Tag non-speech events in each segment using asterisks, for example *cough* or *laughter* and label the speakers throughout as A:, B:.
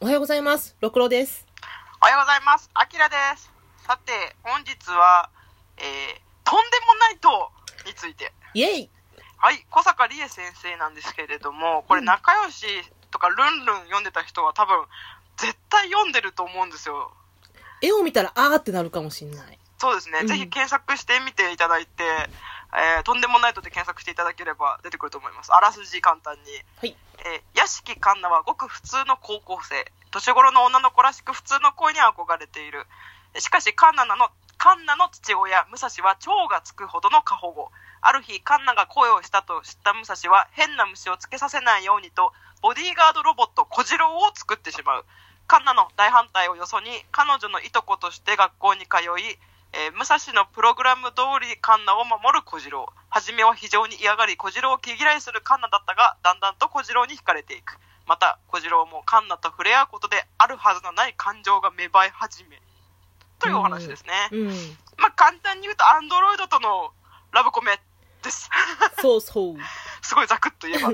A: おはようございます。ろくろです。
B: おはようございます。あきらです。さて、本日は、えー、とんでもない党について。
A: イェイ
B: はい、小坂理恵先生なんですけれども、これ仲良しとかルンルン読んでた人は多分、絶対読んでると思うんですよ。
A: 絵を見たら、あーってなるかもしんない。
B: そうですね、
A: うん
B: ぜひ検索してみていただいて、えー、とんでもない党で検索していただければ出てくると思います。あらすじ簡単に。
A: はい。
B: えー、屋敷環奈はごく普通の高校生年頃の女の子らしく普通の恋に憧れているしかし環奈の環奈の父親武蔵は蝶がつくほどの過保護ある日環奈が恋をしたと知った武蔵は変な虫をつけさせないようにとボディーガードロボット小次郎を作ってしまう環奈の大反対をよそに彼女のいとことして学校に通い、えー武蔵のプログラム通り環奈を守る小次郎初めは非常に嫌がり小次郎を毛嫌いする環奈だったがだんだんと小次郎に惹かれていくまた小次郎も環奈と触れ合うことであるはずのない感情が芽生え始めというお話ですね、
A: うん。
B: まあ簡単に言うとアンドロイドとのラブコメです *laughs*
A: そうそう。い
B: すごいざくっ
A: *laughs*
B: と言えば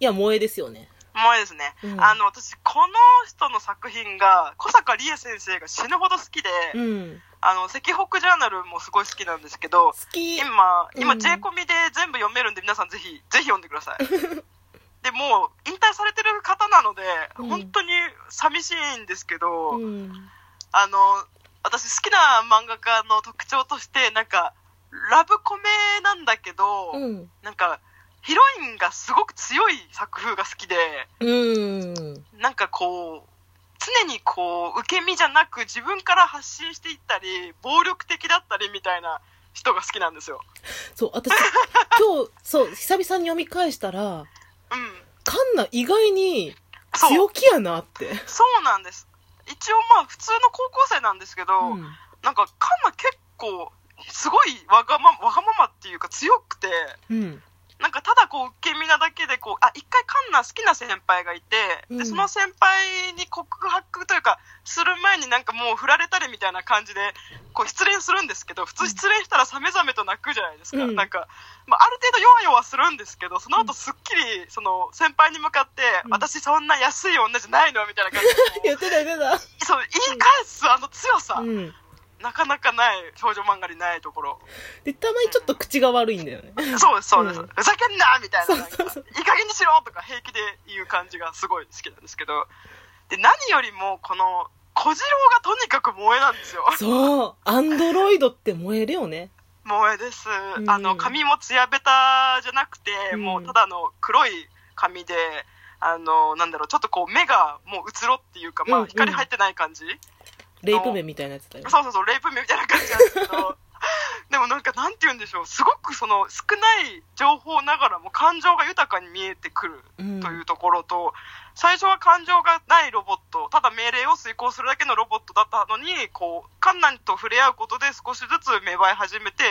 A: や、萌えですよね。
B: もうですね、
A: うん
B: あの私この人の作品が小坂理恵先生が死ぬほど好きで、
A: うん。
B: あの赤北ジャーナルもすごい好きなんですけど
A: 好き。
B: 今
A: うん
B: 今 J コミで全部読めるんで皆さんぜひぜひ読んでく
A: *laughs*
B: ださいでもう引退されてる方なので、
A: うん
B: 本当に寂しいんですけ
A: う
B: ど、
A: ん。
B: あの私好きな漫画家の特徴としてなんかラブコメなんだけど、
A: うん。
B: なんかヒロインがすごく強い作風が好きで
A: うん。
B: なんかこう、常にこう、受け身じゃなく自分から発信していったり、暴力的だったりみたいな人が好きなんですよ。
A: そう、
B: *laughs*
A: 私、今日、そう、久々に読み返したら、
B: うん。
A: カンナ意外に
B: そ
A: 強
B: う。
A: 気やなって。
B: そうなんです。一応まあ普通の高校生なんですけど、
A: うん。
B: なんかカンナ結構、すごいわがま、わがままっていうか強くて、
A: うん。
B: なんかただこう受け身なだけでこう、あ、一回カンナ好きな先輩がいて、
A: う
B: で、
A: ん
B: その先輩に告白というか、する前になんかもう振られたりみたいな感じで、こう失恋するんですけど、普通失恋したら冷め冷めと泣くじゃないですか。
A: うん
B: なんか、まあ、ある程度弱々するんですけど、その後すっきり、その先輩に向かって、
A: うん
B: 私そんな安い女じゃないのみたいな感じで、
A: 言ってた言って
B: そう、言い返すあの強
A: た。
B: さ、
A: うん。
B: なかなかない、少女漫画にないところ。
A: で、たまにちょっと口が悪いんだよね。
B: *laughs* そうです、そうです。
A: うん
B: ふざけんなみたいななんか
A: そうそう
B: いい加減にしろとか平気で言う感じがすごい好きなんですけど、で、何よりも、この、小次郎がとにかく萌えなんですよ。 *laughs*
A: そう、アンドロイドって萌えるよね。
B: 萌えです。
A: うん
B: あの、髪もツヤベタじゃなくて、
A: うん
B: もうただの黒い髪で、あの、なんだろう、ちょっとこう目がもううつろっていうか、
A: うん
B: ま
A: うん
B: あ光入ってない感じ、
A: レイプ面みたいなやつだよね。
B: そうそうそう、レイプ目みたいな感じなんですけど、 *laughs* でもなんかなんて言うんでしょう、すごくその少ない情報ながらも感情が豊かに見えてくる
A: うん
B: というところと、最初は感情がないロボット、ただ命令を遂行するだけのロボットだったのに、こう、観難と触れ合うことで少しずつ芽生え始めて、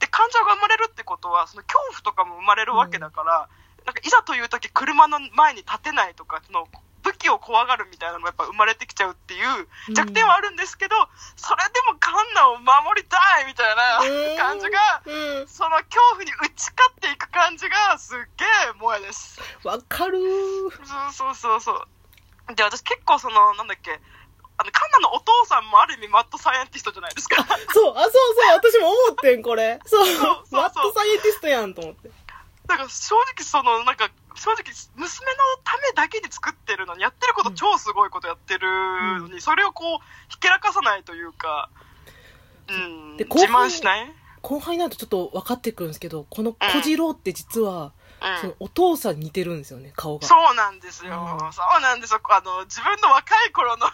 B: で、感情が生まれるってことは、その恐怖とかも生まれるわけだから、なんかいざという時車の前に立てないとか、その、武器を怖がるみたいなのがやっぱ生まれてきちゃうっていう弱点はあるんですけど、それでもカンナを守りたいみたい
A: うん
B: な感じが、
A: うん。
B: その恐怖に打ち勝っていく感じがすっげえ萌えです。
A: わかるー。
B: そうそうそうそう。で、私結構その、なんだっけ、あの、カンナのお父さんもある意味マッドサイエンティストじゃないで
A: *laughs*
B: すか。
A: そう、あ、そうそう、私も思ってん、これ。そう、
B: そうそう
A: マットサイエンティストやんと思って。
B: だから正直その、なんか、正直、娘のためだけに作ってるのに、やってること超すごいことやってるのに、それをこう、ひけらかさないというか、うん、
A: で
B: 自
A: 後半
B: 慢しないうん。
A: 後輩になるとちょっと分かってくるんですけど、この小次郎って実は、そのお父さんに似てるんですよね、顔が。
B: そうなんですよ、
A: うん
B: そうなんですよ。あの、自分の若い頃の *laughs*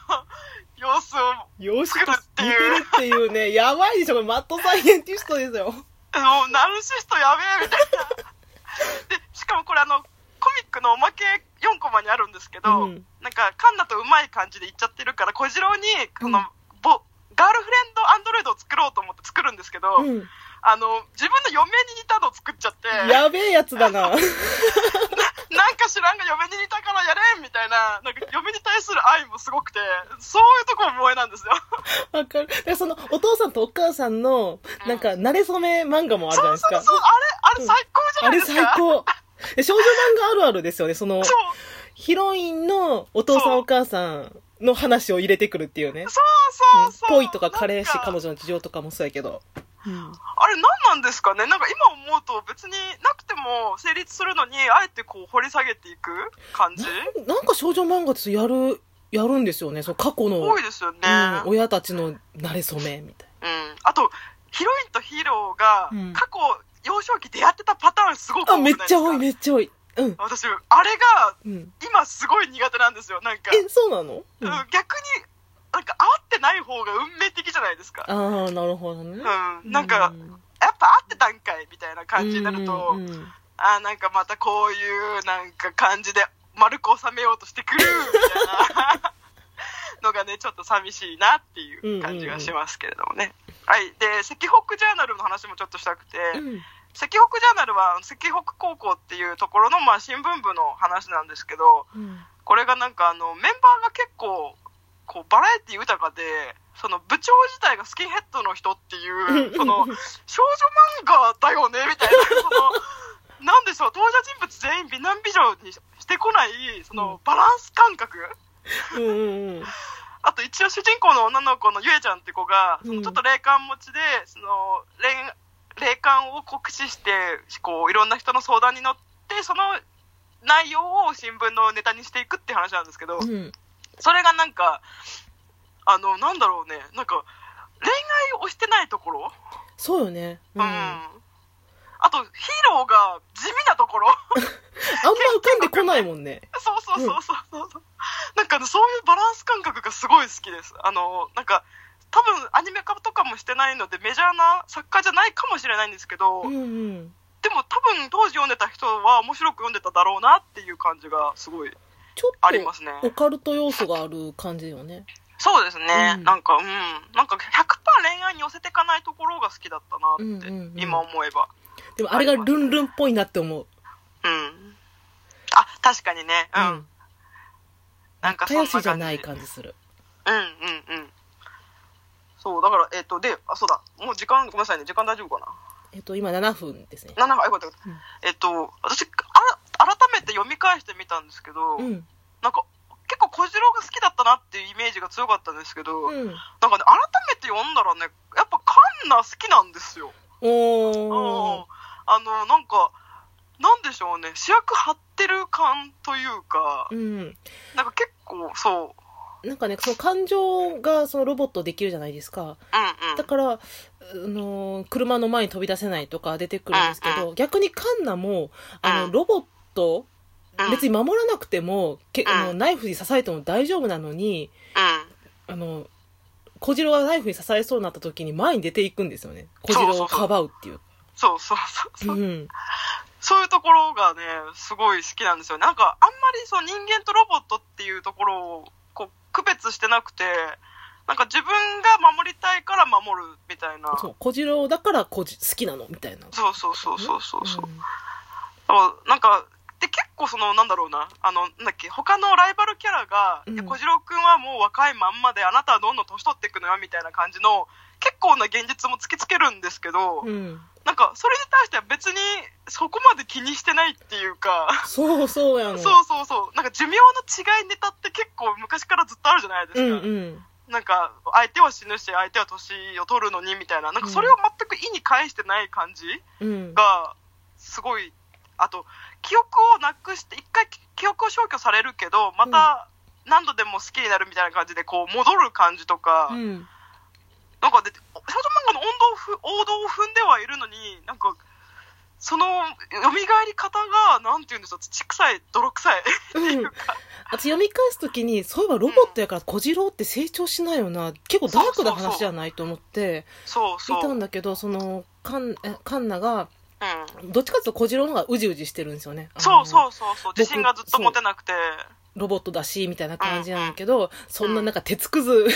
B: 様子を、
A: よしと
B: 作るって
A: 似
B: い
A: て
B: う
A: るっていうね、やばいでしょ、これマットサイエンティストですよ。
B: もうナルシストやべえみたいなでしかもこれあのコミックのおまけ4コマにあるんですけど、
A: うん
B: なんかカンナとうまい感じで言っちゃってるから小次郎にこの、
A: うん
B: ぼガールフレンドアンドロイドを作ろうと思って作るんですけど、
A: うん。
B: あの自分の嫁に似たのを作っちゃってな
A: やべえやつだな。
B: なんか知らんが嫁に似たからやれみたいななんか嫁に対する愛もすごくてそういうところも萌えなんですよ
A: わかる。で、その、お父さんとお母さんの、なんか、慣れ初め漫画もあるじゃないです
B: そう
A: か。
B: そうそうあれあれ最高じゃ
A: あ
B: ない
A: れ
B: です
A: 最
B: か、
A: 高。で少女漫画あるあるですよね、その、
B: そう
A: ヒロインのお父さん
B: そう
A: お母さんの話を入れてくるっていうね。
B: そうそうそう。
A: ぽいとか彼氏、
B: なん
A: 彼女の事情とかもそうやけど。
B: あれ何なんですかねなんか今思うと別になくても成立するのに、あえてこう掘り下げていく感じ
A: なんか少女漫画ってやる、やるんですよね。その過去の、
B: 多いですよね。
A: うん、親たちの馴れ初めみたい
B: うん、あとヒロインとヒーローが
A: うん
B: 過去幼少期出会ってたパターンすごく
A: な。
B: 多
A: あ、
B: くな
A: め
B: い
A: っ
B: です
A: ち
B: か
A: ゃ多い、めっちゃ多い。うん。
B: 私あれが
A: うん、
B: 今すごい苦手なんですよなんか、
A: え、そうなの、う
B: うん
A: ん、あ
B: 逆になんか会ってない方が運命的じゃないですか
A: あ、なるほどね。
B: うんなんか、やっぱ会ってたんかいみたいな感じになると、
A: うんうんうん
B: あーなんかまたこういうなんか感じで丸く収めようとしてくるみ
A: *laughs*
B: たいなのがねちょっと寂しいなっていう感じがしますけれどもね、はいで赤北ジャーナルの話もちょっとしたくて、
A: うん
B: 赤北ジャーナルは赤北高校っていうところのまあ新聞部の話なんですけど
A: うん
B: これがなんかあのメンバーが結構こうバラエティ豊かでその部長自体がスキンヘッドの人ってい
A: *laughs*
B: うその少女漫画だよねみたいなそのなんでしょう当事人物全員美男美女にしてこないそのバランス感覚
A: うんうん
B: あと一応主人公の女の子のゆえちゃんって子が、そ
A: うん
B: のちょっと霊感持ちで、その霊霊感を酷使して、こういろんな人の相談に乗って、その内容を新聞のネタにしていくって話なんですけど、
A: うん
B: それがなんか、あの、なんだろうね、なんか、恋愛をしてないところ、
A: そうよね。う
B: う
A: ん
B: ん、
A: あんま
B: あと、ヒーローが地味なところ。 *laughs*
A: 浮かんでこないもんね。
B: そうそうそうそうそう、なんかねそういうバランス感覚がすごい好きですあのなんか多分アニメ化とかもしてないのでメジャーな作家じゃないかもしれないんですけど、
A: うんうん。
B: でも多分当時読んでた人は面白く読んでただろうなっていう感じがすごい
A: ちょ
B: ありま
A: っ
B: すね、
A: とオカルト要素がある感じよね。
B: そうですね、
A: うん
B: なんかうんなんか100%恋愛に寄せていかないところが好きだったなって、
A: うんうんうん
B: 今思えば
A: でもあれがルンルンっぽいなって思う。
B: うんあ確かにねうん、なんか
A: た
B: そんな
A: や
B: 感
A: す
B: じ
A: じゃない感じする。
B: うんうんうん。そう、だから、えっ、と、で、あ、そうだ、もう時間、ごめんなさいね、時間大丈夫か
A: えっと、今7分ですね。
B: な。な、な、あよかったよかった
A: うん
B: えっと、私、あら、改めて読み返してみたんですけど、
A: うん。
B: なんか、結構小次郎が好きだったなっていうイメージが強かったんですけど、
A: うん。
B: なんかね、改めて読んだらね、やっぱカンナ好きなんですよ。うん。
A: おー。
B: あの、なんか、なんでしょうね、主役張ってる感というか
A: う、ん。
B: なんか結構、そう、
A: なんかね、その感情がそのロボットできるじゃないですか。
B: うんう
A: だ
B: ん。
A: から、あのー車の前に飛び出せないとか出てくるんですけ
B: うん
A: ど、逆にカンナも、あ
B: う
A: の、
B: ん
A: ロボット、
B: うん
A: 別に守らなくても、けあ
B: う
A: の
B: ん
A: ナイフに刺されても大丈夫なのに、
B: うん。
A: あの、小次郎がナイフに刺されそうになった時に前に出ていくんですよね。小次郎をかばうっていう。
B: そうそうそうそう。
A: うん。
B: そういうところがね、すごい好きなんですよ。なんか、あんまりそう人間とロボットっていうところを、こう、区別してなくて、なんか自分が守りたいから守るみたいな。
A: そ、
B: そう
A: 小次郎だからこじ好きなのみたいな。
B: うそうそうそうそうそう。
A: ん
B: だからなんか、で、結構その、なんだろうな、あの、なんだっけ、他のライバルキャラが、
A: うん
B: いや小次郎くんはもう若いまんまで、あなたはどんどん年取っていくのよ、みたいな感じの、結構な現実も突きつけるんですけど、
A: うん。
B: なんか、それに対しては別に、そこまで気にしてないっていうか、
A: そうそうやの。
B: そうそうそう。なんか寿命の違いネタって結構昔からずっとあるじゃないですか。
A: うんうん。
B: なんか、相手は死ぬし、相手は年を取るのにみたいな、なんかそれを全く意に返してない感じ
A: うん。
B: が、すごい、あと、記憶をなくして、一回き記憶を消去されるけど、また何度でも好きになるみたいな感じで、こう、戻る感じとか、
A: うん。
B: なんかで、少女漫画の王道を踏王道を踏んではいるのに、なんか、その、蘇り方が、なんていうんですか、土臭い、泥臭い。 *laughs*
A: うん。あと読み返すときに、そういえばロボットやから小次郎って成長しないよな。結構ダークな話じゃないと思って、
B: そう
A: い
B: そう。
A: たんだけど、その、カン、えカンナが、
B: うん
A: どっちかっていうと小次郎の方がうじうじしてるんですよね。あの
B: そうそうそうそう
A: 僕
B: 自信がずっと持てなくて
A: ロボットだし、みたいな感じなんだけど、そんななんか鉄くず、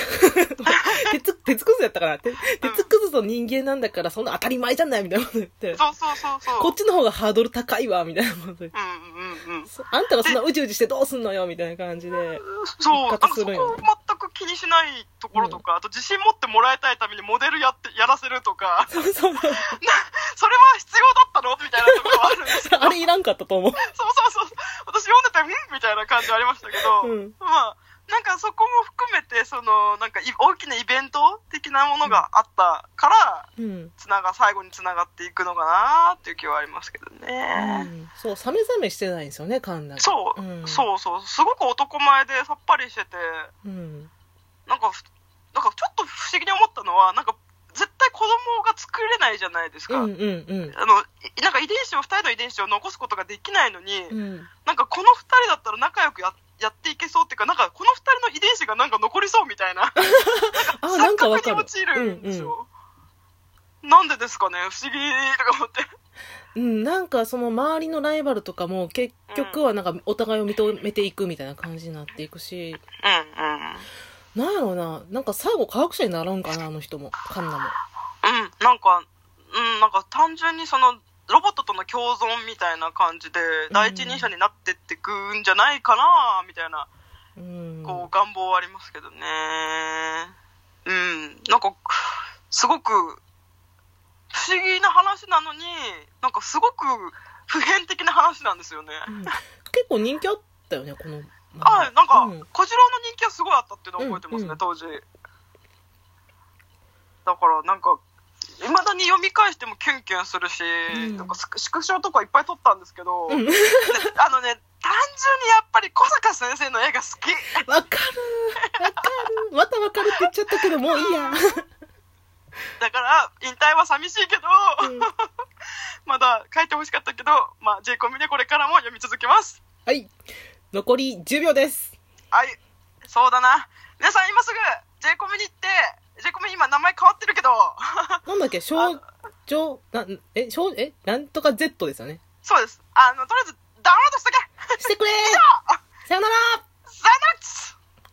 A: *laughs* 鉄、鉄くずやったか
B: *laughs*
A: な鉄鉄くずと人間なんだから、そんな当たり前じゃないみたいなこと言って。
B: そうそうそうそう
A: こっちの方がハードル高いわ、みたいなこと言って。
B: うんうんうん
A: そあんたがそんなうじうじしてどうすんのよ、みたいな感じで。
B: そうなん
A: 復
B: か
A: 活
B: そ
A: す
B: こ
A: るよ
B: を
A: ね
B: 全く気にしないところとか、あと自信持ってもらいたいためにモデルやってやらせるとか
A: そうそう。
B: *laughs* それは必要だったのみたいなところはあるんですけど
A: あれいらんかったと思う。
B: そうそうそう私読んでてうんみたいな感じありましたけど、
A: うん
B: まあなんかそこも含めて、その、なんかい大きなイベント的なものがあったから、
A: うん、
B: つなが、最後につながっていくのかなっていう気はありますけど
A: う
B: ね。
A: ん、そうさめざめしてないんですよねカンナが
B: そう、
A: うん
B: そうそう、すごく男前でさっぱりしてて、
A: うん
B: なんかふ、なんかちょっと不思議に思ったのは、なんか、絶対子供が作れないじゃないです
A: う
B: か。
A: んうんうん
B: あの、いなんか遺伝子を、二人の遺伝子を残すことができないのに、
A: うん
B: なんかこの二人だったら仲良くややっていけそうっていうか、なんかこの二人の遺伝子がなんか残りそうみたいな、
A: あなん
B: 錯
A: かわ
B: 覚
A: かる
B: に陥るんです
A: うんうん
B: よ。なんでですかね不思議とか思って。
A: うん、なんかその周りのライバルとかも結局はなんかお互いを認めていくみたいな感じになっていくし、
B: うんうん。
A: なんやろうな、なんか最後科学者になるんかな、あの人も、カンナも。
B: うん、なんか、うん、なんか単純にその、ロボットとの共存みたいな感じで、第一人者になってってくんじゃないかなみたいな、
A: うん。
B: こう、願望はありますけどね。うん、なんか、すごく、不思議な話なのに、なんかすごく普遍的な話なんですよね。
A: うん結構人気あったよね、この漫画。
B: あ、なんか、
A: う
B: 小次郎の人気がすごいあったっていうのを覚えてますね、
A: うんうん
B: 当時。だから、なんか、いまだに読み返してもキュンキュンするし、
A: うん
B: なんかスクスクショとかいっぱい撮ったんですけど、
A: うん
B: ねあのね、単純にやっぱり小坂先生の絵が好き。
A: わかる。わかる。またわかるって言っちゃったけど、もういい
B: *laughs*
A: や。
B: だから、引退は寂しいけど、
A: うん
B: まだ書いてほしかったけど、まあ、J コミでこれからも読み続けます。
A: はい。残り10秒です。
B: はい、そうだな。皆さん今すぐ J コミに行って、J コミ今名前変わってるけど、
A: なんだっけ、少女、な、え、少、え、なんとか Z ですよね。
B: そ
A: *laughs*
B: うです。あの、とりあえずダウンロードしとけ
A: してくれさよなら
B: ザナッツ